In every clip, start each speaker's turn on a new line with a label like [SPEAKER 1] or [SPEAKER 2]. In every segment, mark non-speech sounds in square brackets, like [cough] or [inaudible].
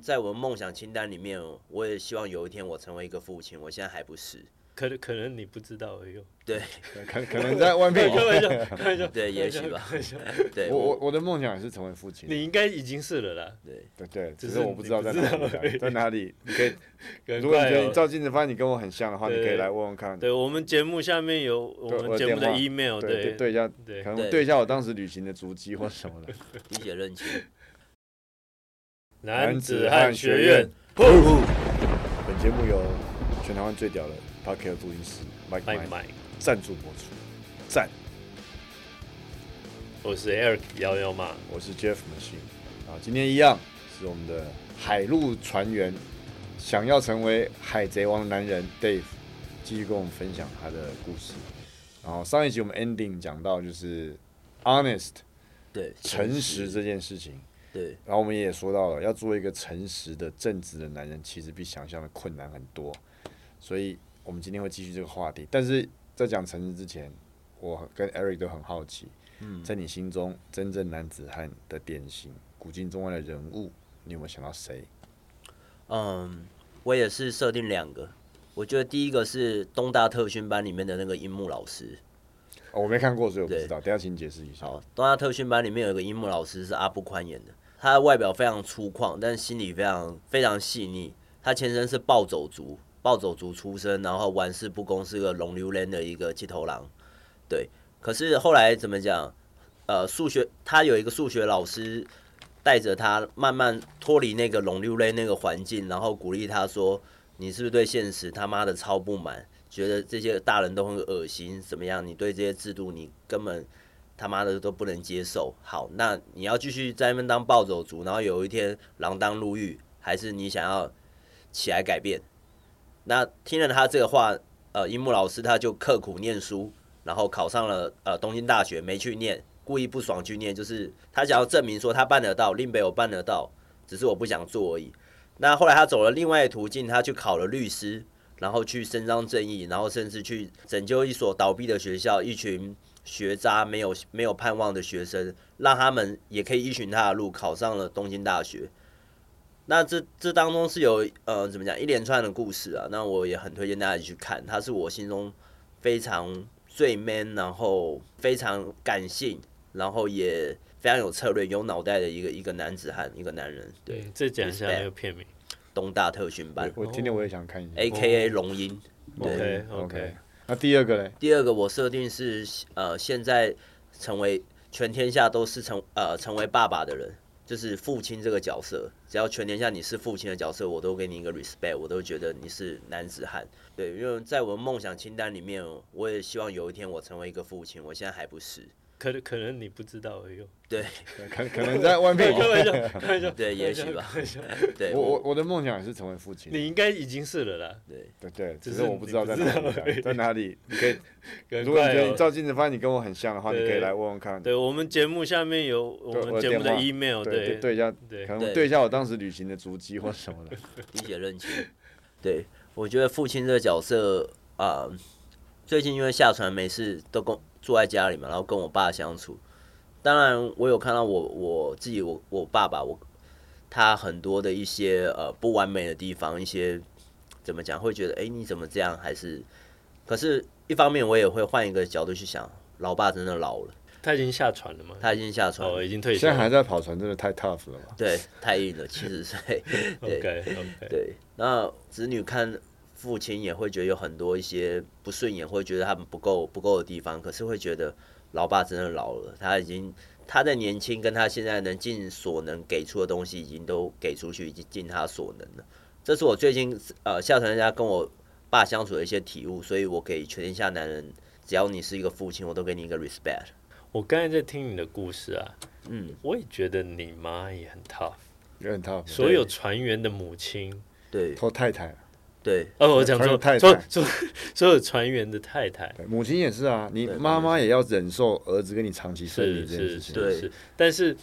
[SPEAKER 1] 在我的梦想清单里面，我也希望有一天我成为一个父亲，我现在还不是。
[SPEAKER 2] 可能可能你不知道而已哦。
[SPEAKER 1] 对
[SPEAKER 3] 可可能在
[SPEAKER 2] [laughs]
[SPEAKER 3] 外
[SPEAKER 2] 开
[SPEAKER 3] 面，哦
[SPEAKER 2] 玩笑，开玩笑，
[SPEAKER 1] 对， [laughs] 也许
[SPEAKER 2] 开玩笑
[SPEAKER 3] [laughs]
[SPEAKER 1] 吧
[SPEAKER 2] 开玩笑。
[SPEAKER 1] 对，
[SPEAKER 3] 我我
[SPEAKER 1] 我
[SPEAKER 3] 我的梦想也是成为父亲，
[SPEAKER 2] 你应该已经是了啦，
[SPEAKER 1] 对
[SPEAKER 3] 对对，
[SPEAKER 2] 只
[SPEAKER 3] 只
[SPEAKER 2] 是
[SPEAKER 3] 是我不知道在哪
[SPEAKER 2] 你不知道而已
[SPEAKER 3] 里，啊在哪里，你可以，
[SPEAKER 2] 赶
[SPEAKER 3] 如果你
[SPEAKER 2] 快
[SPEAKER 3] 觉得你
[SPEAKER 2] 哦。
[SPEAKER 3] 照镜子发现你跟我很像的话，你
[SPEAKER 2] 对
[SPEAKER 3] 可以来问问看，
[SPEAKER 2] 对我们节目下面有我
[SPEAKER 3] 对我
[SPEAKER 2] 们
[SPEAKER 3] 的
[SPEAKER 2] 节目
[SPEAKER 3] 电
[SPEAKER 2] 的
[SPEAKER 3] 话
[SPEAKER 2] email，
[SPEAKER 3] 对对
[SPEAKER 2] 对
[SPEAKER 3] 对一下，
[SPEAKER 2] 对
[SPEAKER 3] 可能
[SPEAKER 1] 对
[SPEAKER 3] 对一下我当时旅行的足迹或什么的。
[SPEAKER 1] 理解认清。
[SPEAKER 2] 男子汉
[SPEAKER 3] 汉
[SPEAKER 2] 学院，，
[SPEAKER 3] 本节目由全台湾最屌的 p a r k e r 录音师 Mike
[SPEAKER 2] 麦
[SPEAKER 3] Mike
[SPEAKER 2] 麦，
[SPEAKER 3] 赞助播出，赞！
[SPEAKER 2] 我是 Eric 幺幺嘛，
[SPEAKER 3] 我是 Jeff Machine，啊，今天一样是我们的海陆船员，想要成为海贼王的男人 Dave，继续跟我们分享他的故事。然后上一集我们 ending 讲到就是 honest
[SPEAKER 1] 对，
[SPEAKER 3] 诚实这件事情，
[SPEAKER 1] 对
[SPEAKER 3] 然后我们也说到了，要做一个诚实的、正直的男人，其实比想象的困难很多。所以，我们今天会继续这个话题。但是在讲诚实之前，我跟 Eric 都很好奇，
[SPEAKER 1] 嗯
[SPEAKER 3] 在你心中真正男子汉的典型、古今中外的人物，你有没有想到谁？
[SPEAKER 1] 嗯，我也是设定两个。我觉得第一个是东大特训班里面的那个樱木老师。
[SPEAKER 3] 哦，我没看过，所以我不
[SPEAKER 1] 对
[SPEAKER 3] 知道。等一下请你解释一下。
[SPEAKER 1] 好，东大特训班里面有一个樱木老师是阿布宽演的，他的外表非常粗犷，但心理非常非常细腻。他前身是暴走族，暴走族出身，然后玩世不恭，是个龙溜人的一个剃头郎。对，可是后来怎么讲？呃，数学他有一个数学老师带着他慢慢脱离那个龙溜人那个环境，然后鼓励他说：“你是不是对现实他妈的超不满？觉得这些大人都很恶心，怎么样？你对这些制度你根本他妈的都不能接受。好，那你要继续在那边当暴走族，然后有一天锒铛入狱，还是你想要起来改变？那听了他这个话，呃，樱木老师他就刻苦念书，然后考上了呃东京大学，没去念，故意不爽去念，就是他想要证明说他办得到，令北我办得到，只是我不想做而已。那后来他走了另外的途径，他去考了律师，然后去伸张正义，然后甚至去拯救一所倒闭的学校，一群学渣没有没有盼望的学生，让他们也可以依循他的路考上了东京大学。那这这当中是有呃怎么讲一连串的故事啊，那我也很推荐大家去看，它是我心中非常最 man，然后非常感性，然后也非常有策略、有脑袋的一个一个男子汉，一个男人。对，
[SPEAKER 2] 对，再嗯讲一下那个片名。
[SPEAKER 1] 东大特训班
[SPEAKER 3] 我我听了我也想看一下。
[SPEAKER 1] ，A K A 龙樱。哎对
[SPEAKER 2] OK
[SPEAKER 3] OK
[SPEAKER 2] OK，。
[SPEAKER 3] 那第二个呢？
[SPEAKER 1] 第二个我设定是呃，现在成为全天下都是成呃成为爸爸的人，就是父亲这个角色。只要全天下你是父亲的角色，我都给你一个 respect，我都觉得你是男子汉。对，因为在我的梦想清单里面，我也希望有一天我成为一个父亲，我现在还不是。
[SPEAKER 2] 可能可能你不知道而已哦。
[SPEAKER 1] 对
[SPEAKER 3] 可可能在
[SPEAKER 1] [laughs]
[SPEAKER 3] 外
[SPEAKER 2] 开
[SPEAKER 3] 面。
[SPEAKER 2] 玩笑，开玩笑，
[SPEAKER 1] 对，也许吧。对，
[SPEAKER 3] 我
[SPEAKER 1] 我
[SPEAKER 3] 我我的梦想也是成为父亲。
[SPEAKER 2] 你应该已经是了啦。
[SPEAKER 1] 对
[SPEAKER 3] 对对，
[SPEAKER 2] 只
[SPEAKER 3] 只
[SPEAKER 2] 是
[SPEAKER 3] 是我
[SPEAKER 2] 你
[SPEAKER 3] 不知道
[SPEAKER 2] 不
[SPEAKER 3] 在
[SPEAKER 2] 知
[SPEAKER 3] 哪
[SPEAKER 2] 道而
[SPEAKER 3] 里
[SPEAKER 2] 已
[SPEAKER 3] 啊，在哪里。你可以，
[SPEAKER 2] 赶
[SPEAKER 3] 如果你
[SPEAKER 2] 快
[SPEAKER 3] 觉得
[SPEAKER 2] 哦
[SPEAKER 3] 你照镜子发现你跟我很像的话，你
[SPEAKER 2] 对
[SPEAKER 3] 可以来问问看。
[SPEAKER 2] 对我们节目下面有我
[SPEAKER 3] 对我
[SPEAKER 2] 们
[SPEAKER 3] 的
[SPEAKER 2] 节目
[SPEAKER 3] 电
[SPEAKER 2] 的
[SPEAKER 3] 话
[SPEAKER 2] email，
[SPEAKER 3] 对对对一下，
[SPEAKER 2] 对
[SPEAKER 3] 可能
[SPEAKER 1] 对
[SPEAKER 3] 对一下我当时旅行的足迹或什么的。
[SPEAKER 1] 理解认清。对，我觉得父亲这个角色啊、最近因为下船没事都跟坐在家里嘛，然后跟我爸相处。当然，我有看到我我自己我我爸爸我他很多的一些呃不完美的地方，一些怎么讲会觉得哎、诶你怎么这样？还是可是一方面我也会换一个角度去想，老爸真的老了，
[SPEAKER 2] 他已经下船了嘛？
[SPEAKER 1] 他已经下船了
[SPEAKER 2] 哦，已经退休
[SPEAKER 3] 现在还
[SPEAKER 2] 了。
[SPEAKER 3] 在跑船，真的太 tough 了吧？
[SPEAKER 1] 对，太硬了，七十岁。
[SPEAKER 2] OK OK，
[SPEAKER 1] 对，那子女看父亲也会觉得有很多一些不顺眼，会觉得他们不够不够的地方，可是会觉得老爸真的老了，他已经他的年轻跟他现在能尽所能给出的东西已经都给出去，已经尽他所能了。这是我最近呃下船家跟我爸相处的一些体悟，所以我给全天下男人，只要你是一个父亲，我都给你一个 respect。
[SPEAKER 2] 我刚才在听你的故事啊，
[SPEAKER 1] 嗯，
[SPEAKER 2] 我也觉得你妈也很 tough。
[SPEAKER 3] 有点 tough。
[SPEAKER 2] 所有船员的母亲，
[SPEAKER 1] 对
[SPEAKER 3] 偷太太，
[SPEAKER 1] 对
[SPEAKER 2] 哦，我讲说，
[SPEAKER 3] 船员太
[SPEAKER 2] 所
[SPEAKER 3] 太
[SPEAKER 2] 所所有船员的太太，
[SPEAKER 3] 对母亲也是啊，你
[SPEAKER 1] 对
[SPEAKER 3] 妈妈也要忍受儿子跟你长期分
[SPEAKER 2] 是
[SPEAKER 3] 离这件
[SPEAKER 2] 是
[SPEAKER 3] 事
[SPEAKER 2] 是
[SPEAKER 3] 情。
[SPEAKER 1] 对
[SPEAKER 2] 是，但是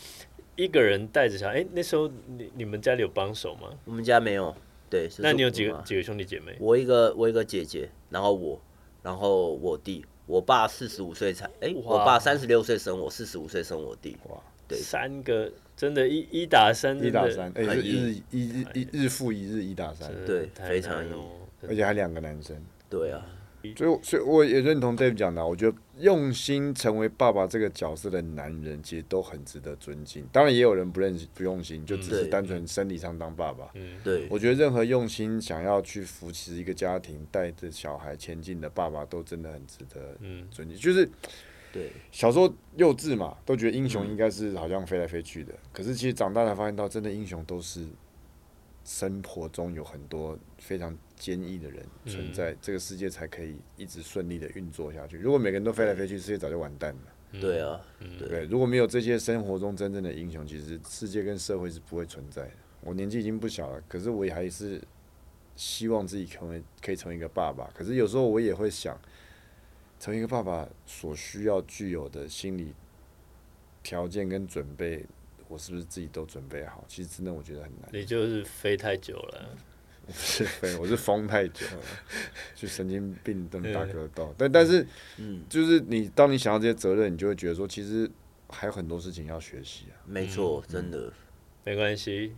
[SPEAKER 2] 一个人带着小孩，哎，那时候你你们家里有帮手吗？
[SPEAKER 1] 我们家没有，对。
[SPEAKER 2] 那你有
[SPEAKER 1] 这是
[SPEAKER 2] 几
[SPEAKER 1] 我
[SPEAKER 2] 个
[SPEAKER 1] 妈
[SPEAKER 2] 几个兄弟姐妹？
[SPEAKER 1] 我一个我一个姐姐，然后我，然后我弟，我爸四十五岁才，哎、
[SPEAKER 2] 哇
[SPEAKER 1] 我爸三十六岁生我，四十五岁生我弟，
[SPEAKER 3] 哇，
[SPEAKER 1] 对
[SPEAKER 2] 三个真的，一一打三，
[SPEAKER 3] 一打三，哎，
[SPEAKER 1] 很
[SPEAKER 3] 日
[SPEAKER 1] 硬
[SPEAKER 3] 日一日一日复一日一打三
[SPEAKER 2] 真，的，
[SPEAKER 1] 对
[SPEAKER 2] 太难
[SPEAKER 1] 非常硬
[SPEAKER 2] 哦。
[SPEAKER 3] 而且还两个男生，
[SPEAKER 1] 对啊，
[SPEAKER 3] 所以我所以我也认同 Dave 讲的啊，我觉得用心成为爸爸这个角色的男人，其实都很值得尊敬。当然也有人不认识不用心，就只是
[SPEAKER 1] 嗯对
[SPEAKER 3] 单纯生理上当爸爸。
[SPEAKER 2] 嗯，
[SPEAKER 1] 对，
[SPEAKER 3] 我觉得任何用心想要去扶持一个家庭、带着小孩前进的爸爸，都真的很值得
[SPEAKER 2] 嗯，
[SPEAKER 3] 尊敬。就是
[SPEAKER 1] 对，
[SPEAKER 3] 小时候幼稚嘛，都觉得英雄应该是好像飞来飞去的，可是其实长大才发现到，真的英雄都是生活中有很多非常坚毅的人存在，这个世界才可以一直顺利的运作下去。如果每个人都飞来飞去，世界早就完蛋了，
[SPEAKER 1] 对啊，
[SPEAKER 3] 对不对？如果没有这些生活中真正的英雄，其实世界跟社会是不会存在的。我年纪已经不小了，可是我也还是希望自己成为可以成为一个爸爸。可是有时候我也会想，成为一个爸爸所需要具有的心理条件跟准备，我是不是自己都准备好？其实真的我觉得很难。
[SPEAKER 2] 你就是飞太久了，
[SPEAKER 3] 是非，我是疯太久 [laughs] 了，就神经病都能打嗝到。但但是，
[SPEAKER 1] 嗯，
[SPEAKER 3] 就是你当你想到这些责任，你就会觉得说，其实还有很多事情要学习啊。
[SPEAKER 1] 没错，真的，
[SPEAKER 2] 没关系，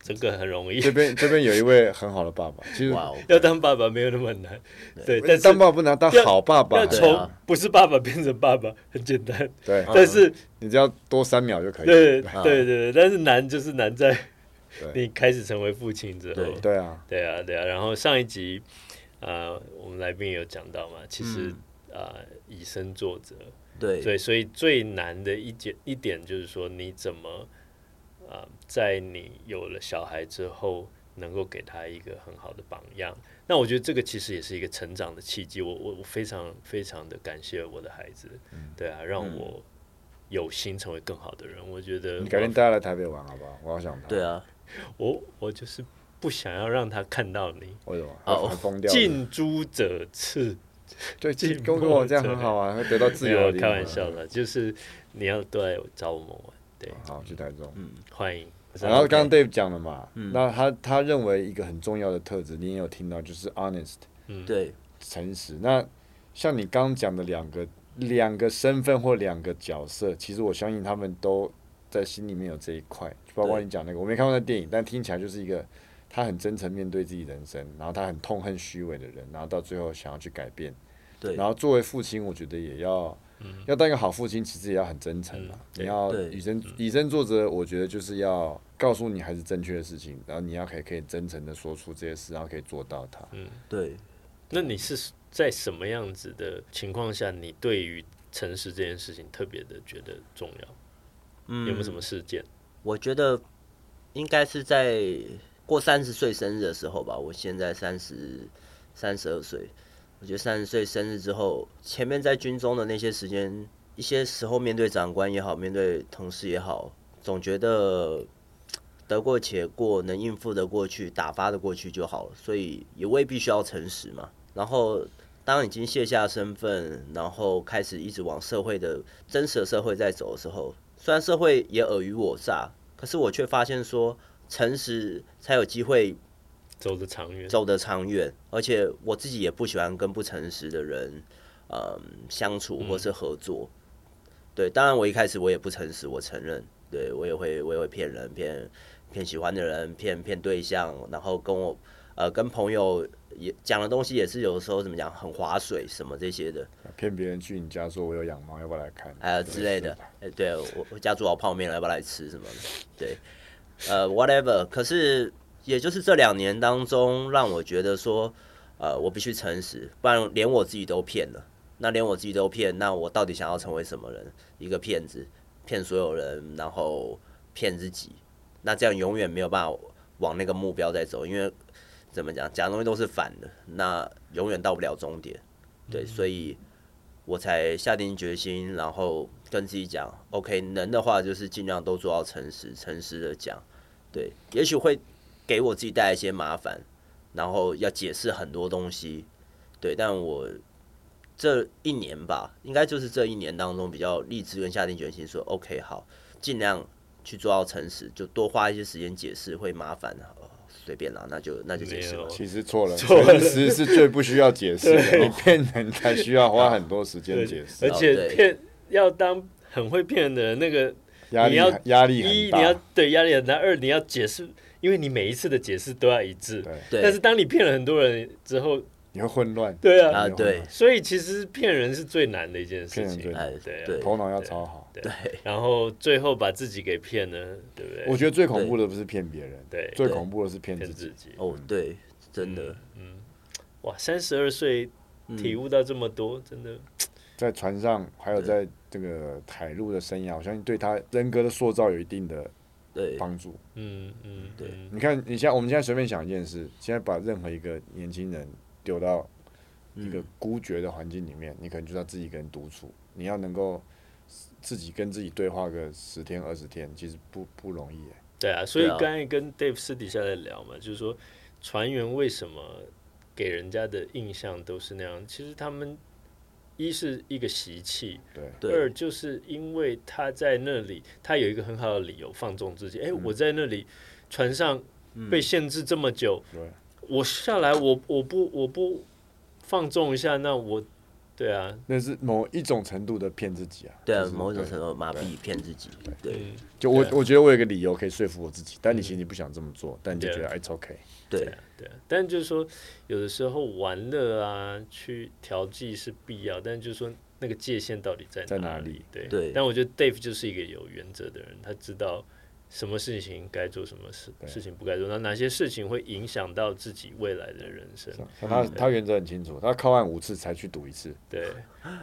[SPEAKER 2] 这个很容易
[SPEAKER 3] 这。边这边有一位很好的爸爸，其实
[SPEAKER 1] 哇哦，
[SPEAKER 2] [laughs] 要当爸爸没有那么难，对，但是
[SPEAKER 3] 当爸爸不难，当好爸爸哎
[SPEAKER 2] 要
[SPEAKER 1] 对
[SPEAKER 2] 从
[SPEAKER 1] 啊
[SPEAKER 2] 不是爸爸变成爸爸很简单，
[SPEAKER 3] 对，
[SPEAKER 2] 但是
[SPEAKER 3] 你只要多三秒就可以。
[SPEAKER 2] 对对
[SPEAKER 1] 啊
[SPEAKER 2] 对对，但是难就是难在
[SPEAKER 3] 对
[SPEAKER 2] [laughs] 你开始成为父亲之后，
[SPEAKER 1] 对
[SPEAKER 3] 对啊，
[SPEAKER 2] 对啊对啊。然后上一集呃，我们来宾也有讲到嘛，其实
[SPEAKER 1] 嗯
[SPEAKER 2] 呃以身作则，
[SPEAKER 1] 对，
[SPEAKER 2] 对，所以最难的一点一点就是说，你怎么啊、呃在你有了小孩之后，能够给他一个很好的榜样。那我觉得这个其实也是一个成长的契机。我我我非常非常的感谢我的孩子，
[SPEAKER 3] 嗯
[SPEAKER 2] 对啊，让我有心成为更好的人。我觉得
[SPEAKER 3] 你改天带他来台北玩好不好？我好想他。
[SPEAKER 1] 对，啊，
[SPEAKER 2] 我我我就是不想要让他看到你
[SPEAKER 3] 为什么？
[SPEAKER 1] 哦
[SPEAKER 3] 他疯掉了。
[SPEAKER 2] 近朱者赤。
[SPEAKER 3] 对，
[SPEAKER 2] 近
[SPEAKER 3] 跟跟我这样很好啊，会得到自
[SPEAKER 2] 没
[SPEAKER 3] 由的
[SPEAKER 2] 有
[SPEAKER 3] 灵魂。
[SPEAKER 2] 开玩笑的，就是你要多来找我们玩，对，
[SPEAKER 3] 好，去台
[SPEAKER 2] 嗯
[SPEAKER 3] 中。
[SPEAKER 2] 欢迎。
[SPEAKER 3] 啊然后刚刚 Dave 讲了嘛，
[SPEAKER 2] 嗯
[SPEAKER 3] 那他他认为一个很重要的特质，你也有听到，就是 honest
[SPEAKER 1] 对，
[SPEAKER 3] 诚实。那像你刚讲的两个两个身份或两个角色，其实我相信他们都在心里面有这一块，包括
[SPEAKER 1] 对
[SPEAKER 3] 你讲那个，我没看过那电影，但听起来就是一个他很真诚面对自己人生，然后他很痛恨虚伪的人，然后到最后想要去改变。
[SPEAKER 1] 对
[SPEAKER 3] 然后作为父亲，我觉得也要。要当一个好父亲，其实也要很真诚啊
[SPEAKER 2] 嗯。对
[SPEAKER 3] 你要
[SPEAKER 1] 对
[SPEAKER 3] 以身以身作则，我觉得就是要告诉你还是正确的事情，然后你要可以可以真诚的说出这些事，然后可以做到它。
[SPEAKER 1] 对，
[SPEAKER 2] 那你是在什么样子的情况下，你对于诚实这件事情特别的觉得重要？
[SPEAKER 1] 嗯，
[SPEAKER 2] 有没有什么事件？
[SPEAKER 1] 我觉得应该是在过三十岁生日的时候吧。我现在三十三十二岁，我觉得三十岁生日之后，前面在军中的那些时间，一些时候面对长官也好，面对同事也好，总觉得得过且过，能应付得过去，打发得过去就好了，所以也未必需要诚实嘛。然后。当已经卸下身份，然后开始一直往社会的真实的社会在走的时候，虽然社会也尔虞我诈，可是我却发现说，诚实才有机会
[SPEAKER 2] 走得长远，
[SPEAKER 1] 走得长远。而且我自己也不喜欢跟不诚实的人，嗯，相处或是合作。对，当然我一开始我也不诚实，我承认，对我也会我也会骗人，骗骗喜欢的人，骗骗对象，然后跟我呃跟朋友也讲的东西也是有时候怎么讲很划水什么这些的。
[SPEAKER 3] 骗别人去你家说我有养猫，要不要来看？
[SPEAKER 1] 还有之类的。哎、对我我家煮好泡面了，要不要来吃什么的？对，呃，whatever。可是也就是这两年当中，让我觉得说，呃，我必须诚实，不然连我自己都骗了。那连我自己都骗，那我到底想要成为什么人？一个骗子，骗所有人，然后骗自己。那这样永远没有办法往那个目标在走，因为怎么讲，讲的东西都是反的，那永远到不了终点。对，所以我才下定决心，然后跟自己讲，OK，能的话就是尽量都做到诚实，诚实的讲，对，也许会给我自己带来一些麻烦，然后要解释很多东西，对，但我这一年吧，应该就是这一年当中比较励志跟下定决心说，OK，好，尽量去做到诚实，就多花一些时间解释，会麻烦，哦随便啦，那就那就解释吧
[SPEAKER 2] 没有，
[SPEAKER 3] 其实错了，诚实是最不需要解释的，你骗人才需要花很多时间
[SPEAKER 2] 对
[SPEAKER 3] 解释
[SPEAKER 2] 而。且
[SPEAKER 1] 对
[SPEAKER 2] 骗要当很会骗人的人，那个
[SPEAKER 3] 压
[SPEAKER 2] 你
[SPEAKER 3] 力
[SPEAKER 2] 要
[SPEAKER 3] 压力
[SPEAKER 2] 一
[SPEAKER 3] 很
[SPEAKER 2] 你
[SPEAKER 3] 大，
[SPEAKER 2] 要对压力很大，二你要解释，因为你每一次的解释都要一致。
[SPEAKER 3] 对，
[SPEAKER 1] 对，
[SPEAKER 2] 但是当你骗了很多人之后，
[SPEAKER 3] 你会混乱，
[SPEAKER 2] 对啊，
[SPEAKER 1] 啊
[SPEAKER 3] 你会混
[SPEAKER 1] 对
[SPEAKER 3] 乱
[SPEAKER 2] 所以其实骗人是最难的一件事
[SPEAKER 3] 骗人
[SPEAKER 2] 情
[SPEAKER 3] 最。
[SPEAKER 1] 哎
[SPEAKER 2] 对啊
[SPEAKER 1] 对
[SPEAKER 3] 头脑要找好。
[SPEAKER 2] 对，然后最后把自己给骗了，对不对？
[SPEAKER 3] 我觉得最恐怖的不是骗别人，
[SPEAKER 2] 对
[SPEAKER 3] 最
[SPEAKER 1] 对
[SPEAKER 3] 恐怖的是骗
[SPEAKER 2] 骗
[SPEAKER 3] 自己。
[SPEAKER 2] 自己。
[SPEAKER 1] 哦对，真的，
[SPEAKER 2] 嗯，哇，三十二岁
[SPEAKER 1] 嗯
[SPEAKER 2] 体悟到这么多，真的
[SPEAKER 3] 在船上，还有在这个海陆的生涯，我相信对他人格的塑造有一定的
[SPEAKER 1] 对
[SPEAKER 3] 帮助。
[SPEAKER 2] 嗯嗯，
[SPEAKER 1] 对
[SPEAKER 2] 嗯
[SPEAKER 3] 你看，你像我们现在随便想一件事，现在把任何一个年轻人丢到一
[SPEAKER 2] 嗯
[SPEAKER 3] 个孤绝的环境里面，你可能就要自己一个人独处，你要能够自己跟自己对话个十天二十天，其实不不容易耶。
[SPEAKER 2] 对啊，所以
[SPEAKER 1] 对啊
[SPEAKER 2] 刚才跟 Dave 私底下在聊嘛，就是说船员为什么给人家的印象都是那样？其实他们一是一个习气，
[SPEAKER 3] 对，
[SPEAKER 2] 二
[SPEAKER 1] 对
[SPEAKER 2] 就是因为他在那里，他有一个很好的理由放纵自己。哎、
[SPEAKER 1] 嗯
[SPEAKER 2] 我在那里船上被限制这么久，
[SPEAKER 3] 对
[SPEAKER 2] 我下来我我不我不放纵一下，那我对啊，
[SPEAKER 3] 那是某一种程度的骗自己啊。
[SPEAKER 1] 对啊
[SPEAKER 3] 就，是
[SPEAKER 1] 某种
[SPEAKER 3] 对
[SPEAKER 1] 程度麻痹骗自己，对
[SPEAKER 2] 嗯，
[SPEAKER 3] 就我
[SPEAKER 2] 对啊嗯
[SPEAKER 3] 我觉得我有一个理由可以说服我自己，但你其实你不想这么做，但你就
[SPEAKER 2] 对啊
[SPEAKER 3] 觉得 it's okay。
[SPEAKER 1] 对
[SPEAKER 2] 对啊，但就是说，有的时候玩乐啊，去调剂是必要，但就是说那个界限到底在
[SPEAKER 3] 在哪
[SPEAKER 2] 里
[SPEAKER 3] 里？
[SPEAKER 2] 对
[SPEAKER 1] 对
[SPEAKER 2] 但我觉得 Dave 就是一个有原则的人，他知道什么事情该做，什么事
[SPEAKER 3] 对
[SPEAKER 2] 事情不该做，那哪些事情会影响到自己未来的人生？
[SPEAKER 3] 他
[SPEAKER 2] 嗯
[SPEAKER 3] 他原则很清楚，他靠岸五次才去赌一次，
[SPEAKER 2] 哦对，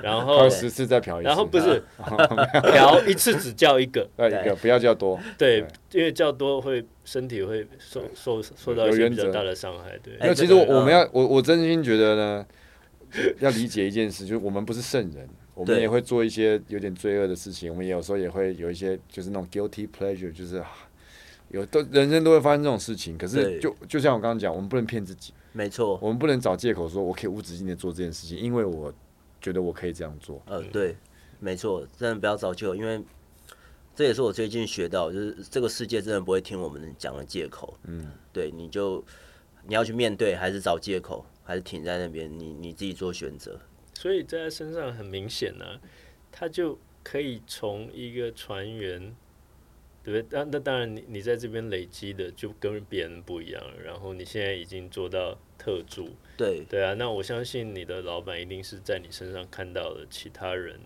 [SPEAKER 2] 然
[SPEAKER 3] 他
[SPEAKER 2] 后
[SPEAKER 3] 有十次再嫖一次。啊
[SPEAKER 2] 然后不是 [laughs] 调一次只叫一个，
[SPEAKER 3] 那一个不要叫多，
[SPEAKER 2] 对，因为叫多会身体会受受受到
[SPEAKER 3] 有
[SPEAKER 2] 一些
[SPEAKER 3] 原
[SPEAKER 2] 比较
[SPEAKER 3] 则
[SPEAKER 2] 大的伤害，对。
[SPEAKER 1] 哎
[SPEAKER 3] 那其实
[SPEAKER 1] 这
[SPEAKER 3] 我
[SPEAKER 1] 个
[SPEAKER 3] 我们
[SPEAKER 1] 嗯
[SPEAKER 3] 要我我真心觉得呢，要理解一件事，就是我们不是圣人，我们
[SPEAKER 1] 对
[SPEAKER 3] 也会做一些有点罪恶的事情，我们也有时候也会有一些就是那种 guilty pleasure，就是啊有都人生都会发生这种事情。可是
[SPEAKER 1] 对
[SPEAKER 3] 就就像我刚刚讲，我们不能骗自己，
[SPEAKER 1] 没错，
[SPEAKER 3] 我们不能找借口说我可以无止境的做这件事情，因为我觉得我可以这样做。
[SPEAKER 1] 呃，对，没错，真的不要找借口，因为这也是我最近学到，就是这个世界真的不会听我们讲的借口。嗯，对，你就你要去面对，还是找借口，还是挺在那边，你你自己做选择。
[SPEAKER 2] 所以在他身上很明显呢、他就可以从一个船员，对不对？那那当然你，你在这边累积的就跟别人不一样了。然后你现在已经做到特助，
[SPEAKER 1] 对，
[SPEAKER 2] 对啊，那我相信你的老板一定是在你身上看到了其他人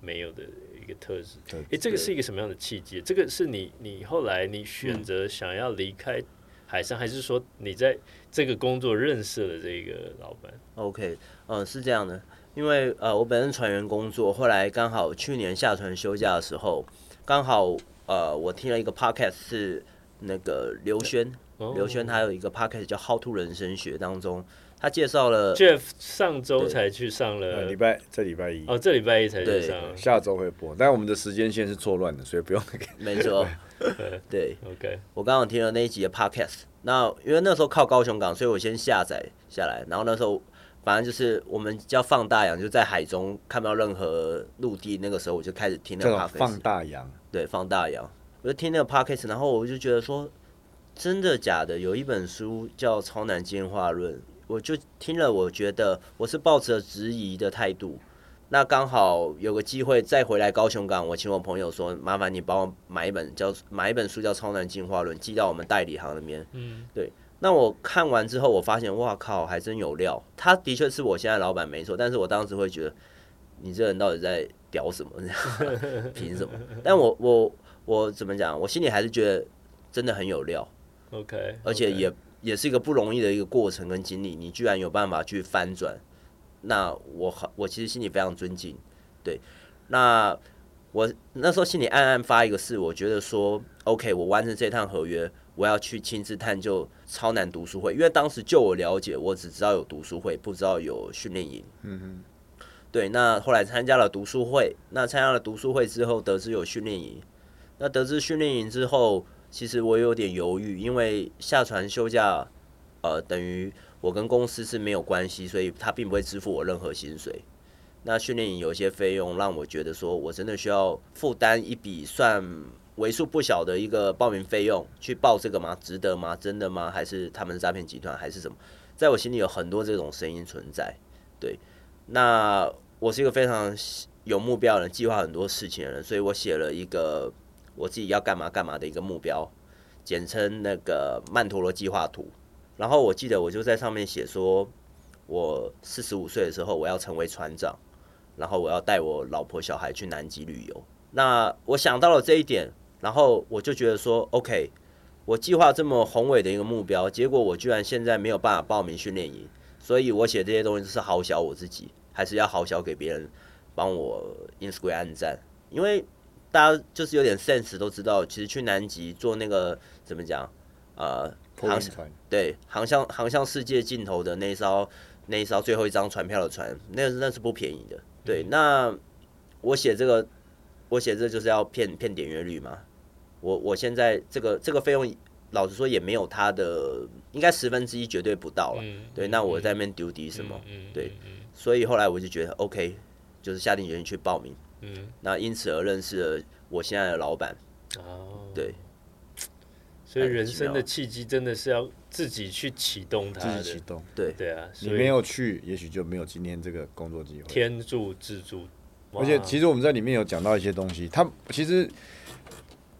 [SPEAKER 2] 没有的一个特质
[SPEAKER 3] 对。
[SPEAKER 2] 诶，这个是一个什么样的契机？这个是你你后来你选择想要离开海上，还是说你在这个工作认识了这个老板？
[SPEAKER 1] OK，嗯、是这样的，因为呃，我本身船员工作，后来刚好去年下船休假的时候，刚好呃，我听了一个 podcast 是那个刘轩，
[SPEAKER 2] 哦
[SPEAKER 1] 刘轩他有一个 podcast 叫《How to 人生学》当中，他介绍了
[SPEAKER 2] Jeff 上周
[SPEAKER 1] 对啊
[SPEAKER 2] 才去上
[SPEAKER 3] 呃
[SPEAKER 2] 了
[SPEAKER 3] 礼，拜这礼拜一，
[SPEAKER 2] 哦，这礼拜一才去
[SPEAKER 1] 对
[SPEAKER 2] 上。啊
[SPEAKER 3] 下周会播，但我们的时间线是错乱的，所以不用
[SPEAKER 1] 没错，对
[SPEAKER 2] OK，
[SPEAKER 1] 我刚刚听了那一集的 podcast，那因为那时候靠高雄港，所以我先下载下来，然后那时候反正就是我们叫放大洋，就在海中看不到任何陆地，那个时候我就开始听那
[SPEAKER 3] 这
[SPEAKER 1] 个
[SPEAKER 3] 种
[SPEAKER 1] podcast，
[SPEAKER 3] 放大洋。
[SPEAKER 1] 对放大洋，我就听那个 podcast，然后我就觉得说真的假的，有一本书叫《超难进化论》，我就听了，我觉得我是抱着质疑的态度。那刚好有个机会再回来高雄港，我请我朋友说，麻烦你帮我买一本叫买一本书叫《超难进化论》，寄到我们代理行里面。
[SPEAKER 2] 嗯，
[SPEAKER 1] 那我看完之后，我发现，哇靠，还真有料。他的确是我现在老板没错，但是我当时会觉得，你这人到底在屌什么？ [laughs] 凭什么？但我我我怎么讲？我心里还是觉得真的很有料，
[SPEAKER 2] OK，
[SPEAKER 1] 而且也也是一个不容易的一个过程跟经历。你居然有办法去翻转，那我好，我其实心里非常尊敬。对，那我那时候心里暗暗发一个誓，我觉得说，OK，我完成这趟合约，我要去亲自探究超难读书会，因为当时就我了解，我只知道有读书会，不知道有训练营。嗯哼。对，那后来参加了读书会，那参加了读书会之后，得知有训练营，那得知训练营之后，其实我有点犹豫，因为下船休假，呃，等于我跟公司是没有关系，所以他并不会支付我任何薪水。那训练营有一些费用，让我觉得说我真的需要负担一笔算为数不小的一个报名费用，去报这个吗？值得吗？真的吗？还是他们是诈骗集团，还是什么？在我心里有很多这种声音存在。对，那我是一个非常有目标的人，计划很多事情的人，所以我写了一个我自己要干嘛干嘛的一个目标，简称那个曼陀罗计划图。然后我记得我就在上面写说，我四十五岁的时候我要成为船长，然后我要带我老婆小孩去南极旅游。那我想到了这一点，然后我就觉得说，OK，我计划这么宏伟的一个目标，结果我居然现在没有办法报名训练营，所以我写这些东西是好小我自己，还是要好小给别人帮我 Instagram 按赞，因为大家就是有点 sense 都知道，其实去南极做那个怎么讲，呃，
[SPEAKER 3] 破
[SPEAKER 1] 航
[SPEAKER 3] 冰船，
[SPEAKER 1] 对，航向航向世界尽头的那一艘那一艘最后一张船票的船，那那是不便宜的。对，
[SPEAKER 2] 嗯
[SPEAKER 1] 那我写这个，我写这就是要骗骗点阅率嘛。我我现在这个这个费用，老实说也没有它的，应该十分之一绝对不到了。
[SPEAKER 2] 嗯
[SPEAKER 1] 对，那我在那边丢底什么？？
[SPEAKER 2] 嗯
[SPEAKER 1] 对，
[SPEAKER 2] 嗯
[SPEAKER 1] 所以后来我就觉得 OK，就是下定决心去报名。
[SPEAKER 2] 嗯，
[SPEAKER 1] 那因此而认识了我现在的老板。
[SPEAKER 2] 嗯哦，
[SPEAKER 1] 对，哎
[SPEAKER 2] 所以
[SPEAKER 1] 很
[SPEAKER 2] 人
[SPEAKER 1] 奇
[SPEAKER 2] 生
[SPEAKER 1] 妙
[SPEAKER 2] 的契机真的是要自己去启动它
[SPEAKER 3] 自己启
[SPEAKER 2] 的，
[SPEAKER 3] 动。
[SPEAKER 2] 对啊，
[SPEAKER 3] 你
[SPEAKER 2] 所
[SPEAKER 3] 没
[SPEAKER 2] 以
[SPEAKER 3] 有去，也许就没有今天这个工作机会。
[SPEAKER 2] 天助自助，
[SPEAKER 3] 而且其
[SPEAKER 2] 实
[SPEAKER 3] 实我们在里面有讲到一些东西，它其实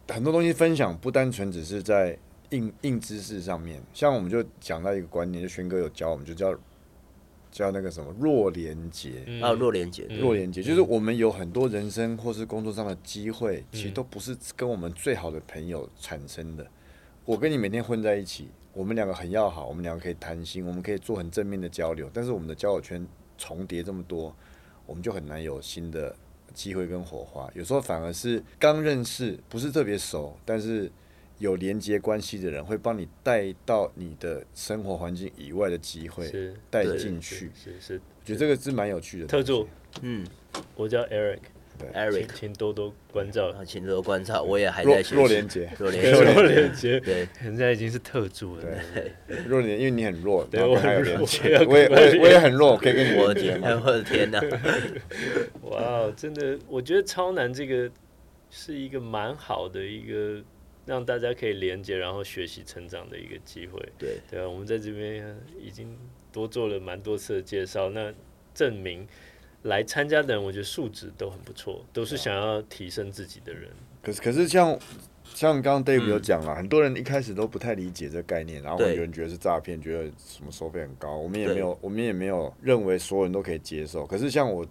[SPEAKER 3] 很多东西分享不单纯只是在硬硬知识上面，像我们就讲到一个观念，就轩哥有教我们，就叫叫那个什么弱连接。
[SPEAKER 1] 还啊有，若连姐，
[SPEAKER 2] 嗯
[SPEAKER 3] 弱连接就是我们有很多人生或是工作上的机会，其
[SPEAKER 2] 嗯
[SPEAKER 3] 实都不是跟我们最好的朋友产生的。我跟你每天混在一起，我们两个很要好，我们两个可以谈心，我们可以做很正面的交流。但是我们的交友圈重叠这么多，我们就很难有新的机会跟火花。有时候反而是刚认识，不是特别熟，但是有连接关系的人会帮你带到你的生活环境以外的机会，
[SPEAKER 2] 是
[SPEAKER 3] 带
[SPEAKER 1] 对
[SPEAKER 3] 进去。
[SPEAKER 2] 是是，
[SPEAKER 3] 我觉得这个是蛮有趣的东
[SPEAKER 2] 特
[SPEAKER 3] 西。
[SPEAKER 2] 助，
[SPEAKER 1] 嗯
[SPEAKER 2] 我叫 Eric，请
[SPEAKER 1] ，Eric，
[SPEAKER 2] 请多多关照
[SPEAKER 1] 然。后请多观察，我也还
[SPEAKER 3] 弱
[SPEAKER 1] 在学
[SPEAKER 3] 弱
[SPEAKER 1] 习
[SPEAKER 3] 连。接。
[SPEAKER 1] 若连
[SPEAKER 2] 弱 [laughs]
[SPEAKER 1] [laughs] 姐，
[SPEAKER 2] 连接，
[SPEAKER 1] 啊对，
[SPEAKER 2] 人家已经是特助了。
[SPEAKER 3] 弱点，因为你很弱，
[SPEAKER 2] 对
[SPEAKER 3] 然后
[SPEAKER 2] 我
[SPEAKER 3] 跟他有
[SPEAKER 2] 很弱
[SPEAKER 3] 连
[SPEAKER 2] 我
[SPEAKER 3] 接
[SPEAKER 2] 要。
[SPEAKER 3] 我也
[SPEAKER 2] 跟
[SPEAKER 3] 我
[SPEAKER 2] 他
[SPEAKER 3] 也
[SPEAKER 2] 有
[SPEAKER 3] 我也很弱，我可以跟你
[SPEAKER 1] 我的天
[SPEAKER 3] 连接吗？
[SPEAKER 1] 哪，我的天哪！
[SPEAKER 2] 哇哦，真的，我觉得超难这个是一个蛮好的一个让大家可以连接，然后学习成长的一个机会。
[SPEAKER 1] 对
[SPEAKER 2] 对啊，我们在这边已经多做了蛮多次的介绍，那证明来参加的人，我觉得素质都很不错，都
[SPEAKER 1] 啊
[SPEAKER 2] 是想要提升自己的人。
[SPEAKER 3] 可是可是像像刚刚 Dave 有讲了，很多人一开始都不太理解这个概念，然后
[SPEAKER 1] 嗯对
[SPEAKER 3] 有人觉得是诈骗，觉得什么收费很高，我们也
[SPEAKER 1] 对
[SPEAKER 3] 没有我们也没有认为所有人都可以接受。可是像我，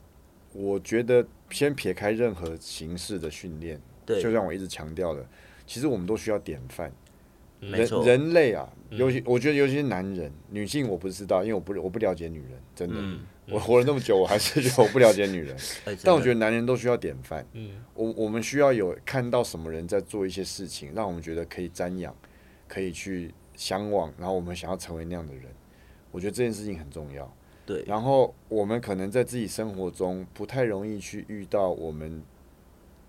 [SPEAKER 3] 我觉得先撇开任何形式的训练，就
[SPEAKER 1] 对，
[SPEAKER 3] 像我一直强调的，其实我们都需要典范。
[SPEAKER 1] 没错，
[SPEAKER 3] 人人类啊，
[SPEAKER 2] 嗯
[SPEAKER 3] 尤其我觉得尤其是男人，女性我不知道，因为我不我不了解女人，真的，
[SPEAKER 1] 嗯
[SPEAKER 3] 我活了那么久，我还是觉得我不了解女人。
[SPEAKER 1] 哎真
[SPEAKER 3] 但我
[SPEAKER 1] 的
[SPEAKER 3] 觉得男人都需要典范，
[SPEAKER 2] 嗯
[SPEAKER 3] 我我们需要有看到什么人在做一些事情，让我们觉得可以瞻仰，可以去向往，然后我们想要成为那样的人。我觉得这件事情很重要。
[SPEAKER 1] 对
[SPEAKER 3] 然后我们可能在自己生活中不太容易去遇到我们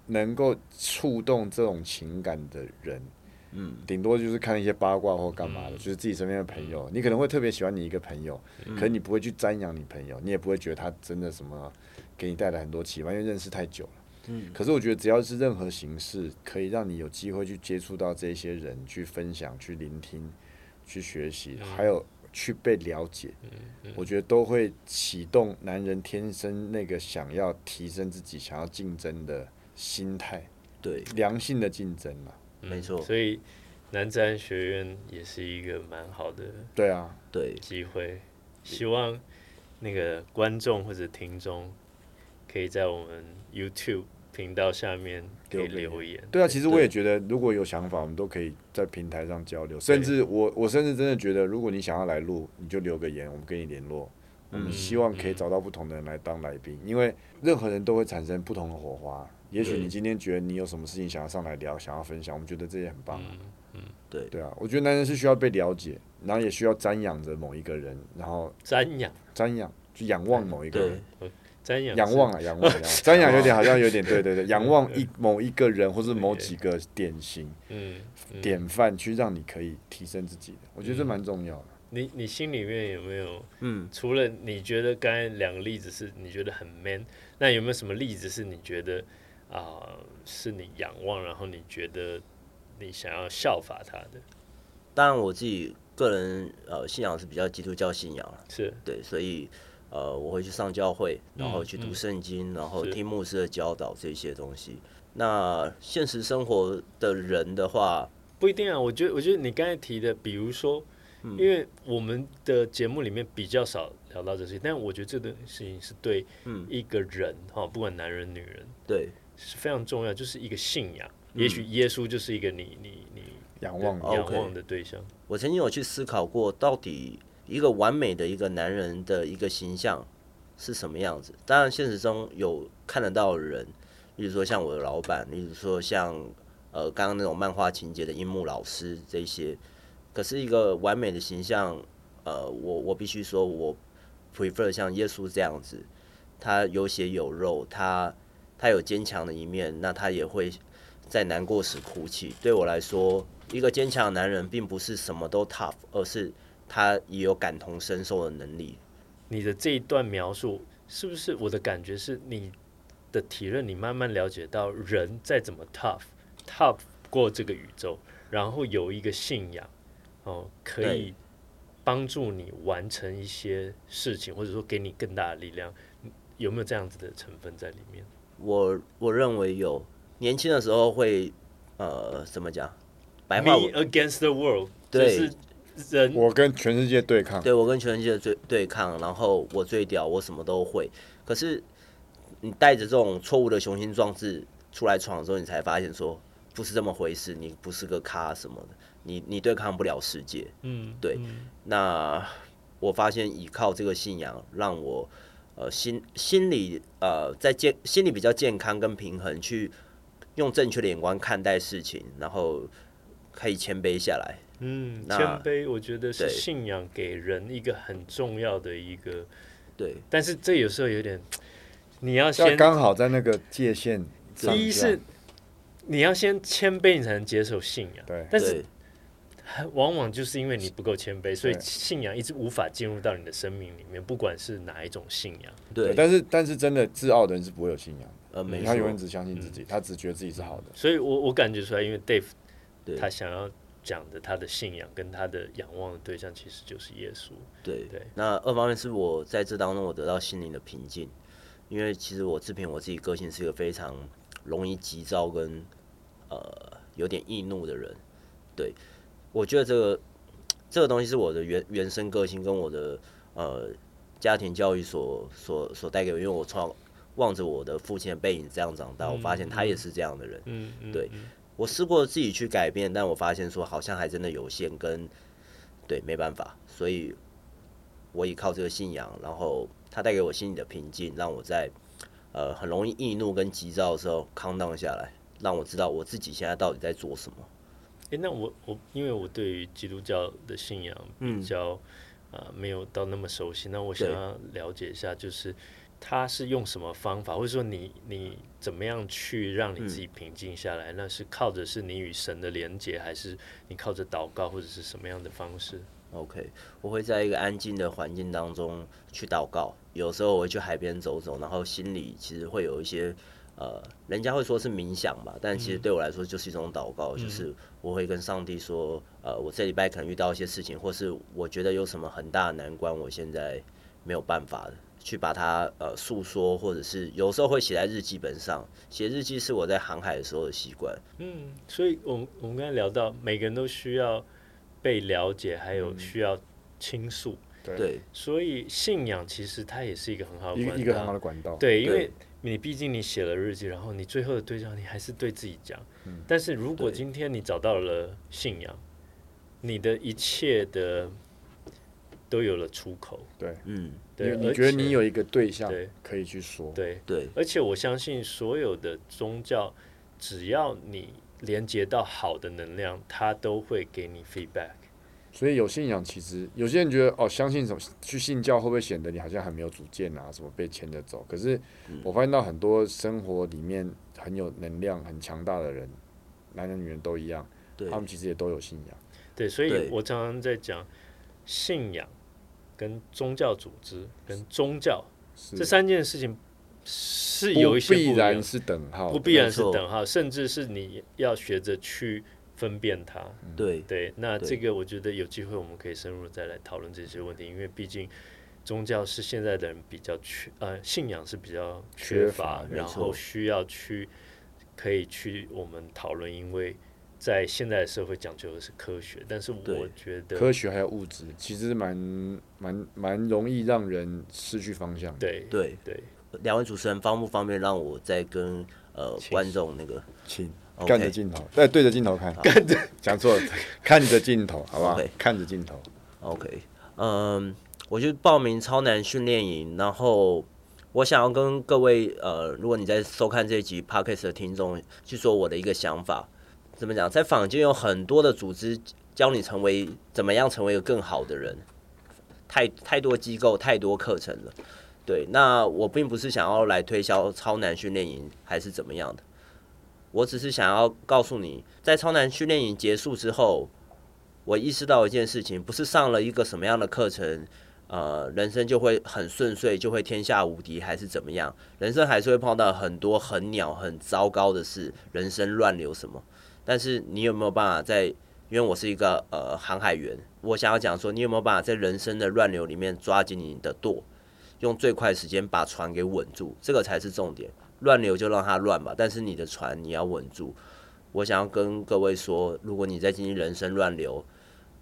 [SPEAKER 3] 能够触动这种情感的人，
[SPEAKER 1] 嗯，
[SPEAKER 3] 顶多就是看一些八卦或干嘛的，
[SPEAKER 2] 嗯
[SPEAKER 3] 就是自己身边的朋友，你可能会特别喜欢你一个朋友，
[SPEAKER 1] 嗯
[SPEAKER 3] 可是你不会去瞻仰你朋友，你也不会觉得他真的什么给你带来很多启发，因为认识太久了。
[SPEAKER 1] 嗯，
[SPEAKER 3] 可是我觉得只要是任何形式，可以让你有机会去接触到这些人，去分享、去聆听、去学习，
[SPEAKER 1] 嗯
[SPEAKER 3] 还有去被了解，我觉得都会启动男人天生那个想要提升自己、想要竞争的心态，
[SPEAKER 1] 对，
[SPEAKER 3] 良性的竞争嘛。
[SPEAKER 2] 嗯
[SPEAKER 1] 没错
[SPEAKER 2] 所以南自然学院也是一个蛮好的
[SPEAKER 3] 对啊，
[SPEAKER 1] 对，
[SPEAKER 2] 机会，希望那个观众或者听众可以在我们 YouTube 频道下面可以
[SPEAKER 3] 留
[SPEAKER 2] 留言。
[SPEAKER 3] 对啊，其实我也觉得，如果有想法，我们都可以在平台上交流。甚至我，我甚至真的觉得，如果你想要来录，你就留个言，我们跟你联络。我们希望可以找到不同的人来当来宾，因为任何人都会产生不同的火花。也许你今天觉得你有什么事情想要上来聊，想要分享，我们觉得这也很棒啊。
[SPEAKER 2] 嗯
[SPEAKER 1] 对
[SPEAKER 3] 对啊，我觉得男人是需要被了解，然后也需要瞻仰着某一个人，然后
[SPEAKER 2] 瞻仰，
[SPEAKER 3] 瞻仰去仰望某一个人
[SPEAKER 1] 对，，
[SPEAKER 2] 瞻仰是，
[SPEAKER 3] 仰望啊，仰望，仰望瞻仰有点好像有点对对对，仰望一某一个人或是某几个典型。
[SPEAKER 2] 嗯，嗯
[SPEAKER 3] 典范去让你可以提升自己的，我觉得这蛮重要的。
[SPEAKER 2] 你你心里面有没有？
[SPEAKER 1] 嗯，
[SPEAKER 2] 除了你觉得刚才两个例子是你觉得很 man，那有没有什么例子是你觉得啊、是你仰望，然后你觉得你想要效法他的？
[SPEAKER 1] 当然我自己个人呃信仰是比较基督教信仰了，
[SPEAKER 2] 是，
[SPEAKER 1] 对，所以
[SPEAKER 3] 嗯
[SPEAKER 1] 呃我会去上教会，然后去读圣经，然后
[SPEAKER 2] 是
[SPEAKER 1] 听牧师的教导这些东西。那现实生活的人的话，
[SPEAKER 2] 不一定啊，我觉得我觉得你刚才提的，比如说，
[SPEAKER 1] 嗯
[SPEAKER 2] 因为我们的节目里面比较少聊到这些，但我觉得这个事情是对
[SPEAKER 1] 嗯
[SPEAKER 2] 一个人哈，不管男人女人
[SPEAKER 1] 对，
[SPEAKER 2] 是非常重要，就是一个信仰。也许耶稣就是一个你你你
[SPEAKER 3] 仰
[SPEAKER 2] 仰
[SPEAKER 3] 望
[SPEAKER 1] 嗯哦，OK
[SPEAKER 2] 望的对象。
[SPEAKER 1] 我曾经有去思考过，到底一个完美的一个男人的一个形象是什么样子。当然，现实中有看得到的人，例如说像我的老板，例如说像呃刚刚那种漫画情节的樱木老师这些。可是一个完美的形象，呃，我我必须说，我 prefer 像耶稣这样子，他有血有肉，他他有坚强的一面，那他也会在难过时哭泣。对我来说，一个坚强的男人并不是什么都 tough，而是他也有感同身受的能力。
[SPEAKER 2] 你的这一段描述，是不是我的感觉是你的体认，你慢慢了解到人再怎么 tough，tough 过这个宇宙，然后有一个信仰，哦，可以帮助你完成一些事情，或者说给你更大的力量，有没有这样子的成分在里面？
[SPEAKER 1] 我我认为有年轻的时候会呃怎么讲，白话
[SPEAKER 2] Me
[SPEAKER 1] 文
[SPEAKER 2] against the world，就
[SPEAKER 1] 对
[SPEAKER 2] 是人
[SPEAKER 3] 我跟全世界对抗，
[SPEAKER 1] 对我跟全世界对对抗，然后我最屌，我什么都会。可是你带着这种错误的雄心壮志出来闯的时候，你才发现说不是这么回事，你不是个咖什么的，你你对抗不了世界。
[SPEAKER 2] 嗯，
[SPEAKER 1] 对
[SPEAKER 2] 嗯
[SPEAKER 1] 那我发现依靠这个信仰，让我呃心心理呃在健心理比较健康跟平衡，去用正确的眼光看待事情，然后可以谦卑下来。
[SPEAKER 2] 嗯，谦
[SPEAKER 1] 那
[SPEAKER 2] 卑，我觉得是
[SPEAKER 1] 对
[SPEAKER 2] 信仰给人一个很重要的一个。
[SPEAKER 1] 对，
[SPEAKER 2] 但是这有时候有点，你要
[SPEAKER 3] 要
[SPEAKER 2] 先
[SPEAKER 3] 刚好在那个界限上下。
[SPEAKER 2] 第一是你要先谦卑，你才能接受信仰。
[SPEAKER 3] 对
[SPEAKER 2] 但是
[SPEAKER 1] 对
[SPEAKER 2] 往往就是因为你不够谦卑，所以
[SPEAKER 3] 对
[SPEAKER 2] 信仰一直无法进入到你的生命里面，不管是哪一种信仰。
[SPEAKER 3] 对，
[SPEAKER 1] 对，
[SPEAKER 3] 但是但是真的自傲的人是不会有信仰的，
[SPEAKER 1] 呃，没
[SPEAKER 3] 他永远
[SPEAKER 1] 错，
[SPEAKER 3] 只相信自己，他只觉得自己是好的。
[SPEAKER 2] 所以我我感觉出来，因为 Dave
[SPEAKER 1] 对
[SPEAKER 2] 他想要讲的他的信仰跟他的仰望的对象，其实就是耶稣。
[SPEAKER 1] 对
[SPEAKER 2] 对
[SPEAKER 1] 那二方面是我在这当中我得到心灵的平静，因为其实我自评我自己个性是一个非常容易急躁跟呃有点易怒的人，对，我觉得这个这个东西是我的原原生个性跟我的呃家庭教育所所所带给我，因为我从小望着我的父亲的背影这样长大，我发现他也是这样的人。
[SPEAKER 2] 嗯，嗯
[SPEAKER 1] 对
[SPEAKER 2] 嗯
[SPEAKER 1] 我试过自己去改变，但我发现说好像还真的有限，跟对没办法，所以我依靠这个信仰，然后它带给我心里的平静，让我在呃很容易易怒跟急躁的时候 calm down 下来，让我知道我自己现在到底在做什么。
[SPEAKER 2] 诶，那我我因为我对于基督教的信仰比
[SPEAKER 1] 嗯
[SPEAKER 2] 较啊、呃没有到那么熟悉，那我想
[SPEAKER 1] 对
[SPEAKER 2] 要了解一下，就是他是用什么方法，或者说你你怎么样去让你自
[SPEAKER 3] 嗯
[SPEAKER 2] 己平静下来？那是靠着是你与神的连接，还是你靠着祷告，或者是什么样的方式？
[SPEAKER 1] OK，我会在一个安静的环境当中去祷告，有时候我会去海边走走，然后心里其实会有一些呃，人家会说是冥想吧，但其实对我来说就是一种祷告，就是我会跟上帝说，呃，我这礼拜可能遇到一些事情，或是我觉得有什么很大的难关，我现在没有办法的。去把它呃诉说，或者是有时候会写在日记本上。写日记是我在航海的时候的习惯。
[SPEAKER 2] 嗯，所以我们我们刚才聊到，每个人都需要被了解，还
[SPEAKER 3] 嗯
[SPEAKER 2] 有需要倾诉，
[SPEAKER 1] 对
[SPEAKER 2] 所以信仰其实它也是一个很好的
[SPEAKER 3] 一个
[SPEAKER 2] 管
[SPEAKER 3] 一个
[SPEAKER 2] 道
[SPEAKER 3] 很好的管道。
[SPEAKER 2] 对，因
[SPEAKER 1] 对
[SPEAKER 2] 为你毕竟你写了日记，然后你最后的对象你还是对自己讲。
[SPEAKER 3] 嗯
[SPEAKER 2] 但是如果
[SPEAKER 1] 对
[SPEAKER 2] 今天你找到了信仰，你的一切的都有了出口。
[SPEAKER 1] 嗯，
[SPEAKER 3] 你
[SPEAKER 2] 对，
[SPEAKER 3] 你
[SPEAKER 2] 而
[SPEAKER 3] 觉得
[SPEAKER 2] 且
[SPEAKER 3] 你有一个对象
[SPEAKER 2] 对
[SPEAKER 3] 可以去说，
[SPEAKER 2] 对，
[SPEAKER 1] 对
[SPEAKER 2] 而且我相信所有的宗教，只要你连接到好的能量，它都会给你 feedback。
[SPEAKER 3] 所以有信仰其实有些人觉得哦，相信什么去信教会不会显得你好像很没有主见啊，什么被牵着走？可是
[SPEAKER 2] 嗯
[SPEAKER 3] 我发现到很多生活里面很有能量、很强大的人，男人女人都一样，
[SPEAKER 1] 对
[SPEAKER 3] 他们其实也都有信仰。
[SPEAKER 2] 对，所以
[SPEAKER 1] 对
[SPEAKER 2] 我常常在讲信仰、跟宗教组织、跟宗教
[SPEAKER 3] 是
[SPEAKER 2] 这三件事情是
[SPEAKER 3] 不
[SPEAKER 2] 有一些不一
[SPEAKER 3] 必
[SPEAKER 2] 样
[SPEAKER 3] 然是等号
[SPEAKER 2] 不
[SPEAKER 3] 的，
[SPEAKER 2] 必然是
[SPEAKER 1] 没错
[SPEAKER 2] 等号，甚至是你要学着去分辨它。
[SPEAKER 3] 嗯
[SPEAKER 1] 对
[SPEAKER 2] 对，那
[SPEAKER 1] 对
[SPEAKER 2] 这个我觉得有机会我们可以深入再来讨论这些问题，因为毕竟宗教是现在的人比较缺，呃，信仰是比较缺
[SPEAKER 3] 缺
[SPEAKER 2] 乏
[SPEAKER 3] 乏，
[SPEAKER 1] 没
[SPEAKER 2] 然
[SPEAKER 1] 错
[SPEAKER 2] 后需要去可以去我们讨论，因为在现在的社会讲究的是科学，但是我
[SPEAKER 1] 对
[SPEAKER 2] 觉
[SPEAKER 3] 科
[SPEAKER 2] 得
[SPEAKER 3] 学还有物质，其实蛮蛮蛮容易让人失去方向。
[SPEAKER 2] 对
[SPEAKER 1] 对，
[SPEAKER 2] 对，
[SPEAKER 1] 两位主持人方不方便让我再跟呃
[SPEAKER 2] 请
[SPEAKER 1] 观众那个哦哎
[SPEAKER 3] 请
[SPEAKER 1] OK
[SPEAKER 3] 干着镜头，对，对着镜头看，干着讲错了，看着镜头，好不好
[SPEAKER 1] OK？
[SPEAKER 3] 看着镜头，
[SPEAKER 1] OK，嗯，我去报名超难训练营，然后我想要跟各位呃，如果你在收看这一集 podcast 的听众，去说我的一个想法，怎么讲？在坊间有很多的组织教你成为怎么样成为一个更好的人，太太多机构，太多课程了。对，那我并不是想要来推销超难训练营还是怎么样的，我只是想要告诉你，在超难训练营结束之后，我意识到一件事情，不是上了一个什么样的课程，呃，人生就会很顺遂，就会天下无敌，还是怎么样？人生还是会碰到很多很鸟、很糟糕的事，人生乱流什么。但是你有没有办法在？因为我是一个呃航海员，我想要讲说，你有没有办法在人生的乱流里面抓紧你的舵，用最快时间把船给稳住，这个才是重点。乱流就让它乱吧，但是你的船你要稳住。我想要跟各位说，如果你在经历人生乱流，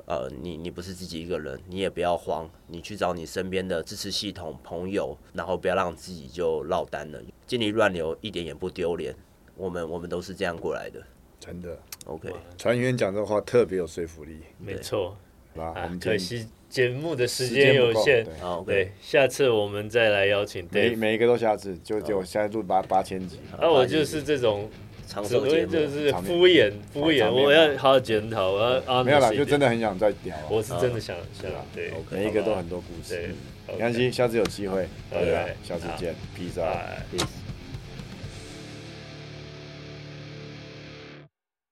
[SPEAKER 1] 呃，你你不是自己一个人，你也不要慌，你去找你身边的支持系统、朋友，然后不要让自己就落单了。经历乱流一点也不丢脸，我们我们都是这样过来的。
[SPEAKER 3] 真的，
[SPEAKER 1] OK，
[SPEAKER 2] 哇
[SPEAKER 3] 船员讲这话特别有说服力，
[SPEAKER 2] 没错
[SPEAKER 3] 好吧？我
[SPEAKER 2] 啊
[SPEAKER 3] 们，今
[SPEAKER 2] 可
[SPEAKER 3] 天
[SPEAKER 2] 惜节目的时
[SPEAKER 3] 时
[SPEAKER 2] 间
[SPEAKER 3] 不
[SPEAKER 2] 有
[SPEAKER 3] 够
[SPEAKER 2] 限
[SPEAKER 3] 对，
[SPEAKER 1] 好，OK，
[SPEAKER 2] 对，下次我们再来邀请
[SPEAKER 3] 每
[SPEAKER 2] Dave。
[SPEAKER 3] 每一个都下次，就
[SPEAKER 2] 哦
[SPEAKER 3] 就我现在录八八千集，
[SPEAKER 2] 那我就是这种
[SPEAKER 1] 长
[SPEAKER 2] 只
[SPEAKER 1] 寿节
[SPEAKER 2] 会
[SPEAKER 1] 目，
[SPEAKER 2] 就是
[SPEAKER 3] 场面
[SPEAKER 2] 敷衍敷衍，
[SPEAKER 3] 场面嗯
[SPEAKER 2] 我要好好检讨，我要 honest
[SPEAKER 3] 没有啦，
[SPEAKER 2] 一
[SPEAKER 3] 就
[SPEAKER 2] 点
[SPEAKER 3] 真的很想再聊啊，
[SPEAKER 2] 我是真的想想
[SPEAKER 3] 对啊
[SPEAKER 2] 对，
[SPEAKER 3] 每一个都很多故
[SPEAKER 2] 对
[SPEAKER 3] 事。，没关系，下次有机会，
[SPEAKER 2] 嗯 OK
[SPEAKER 3] 对啊，下次
[SPEAKER 2] 好
[SPEAKER 3] 见，peace out。
[SPEAKER 2] 拜。
[SPEAKER 1] Peace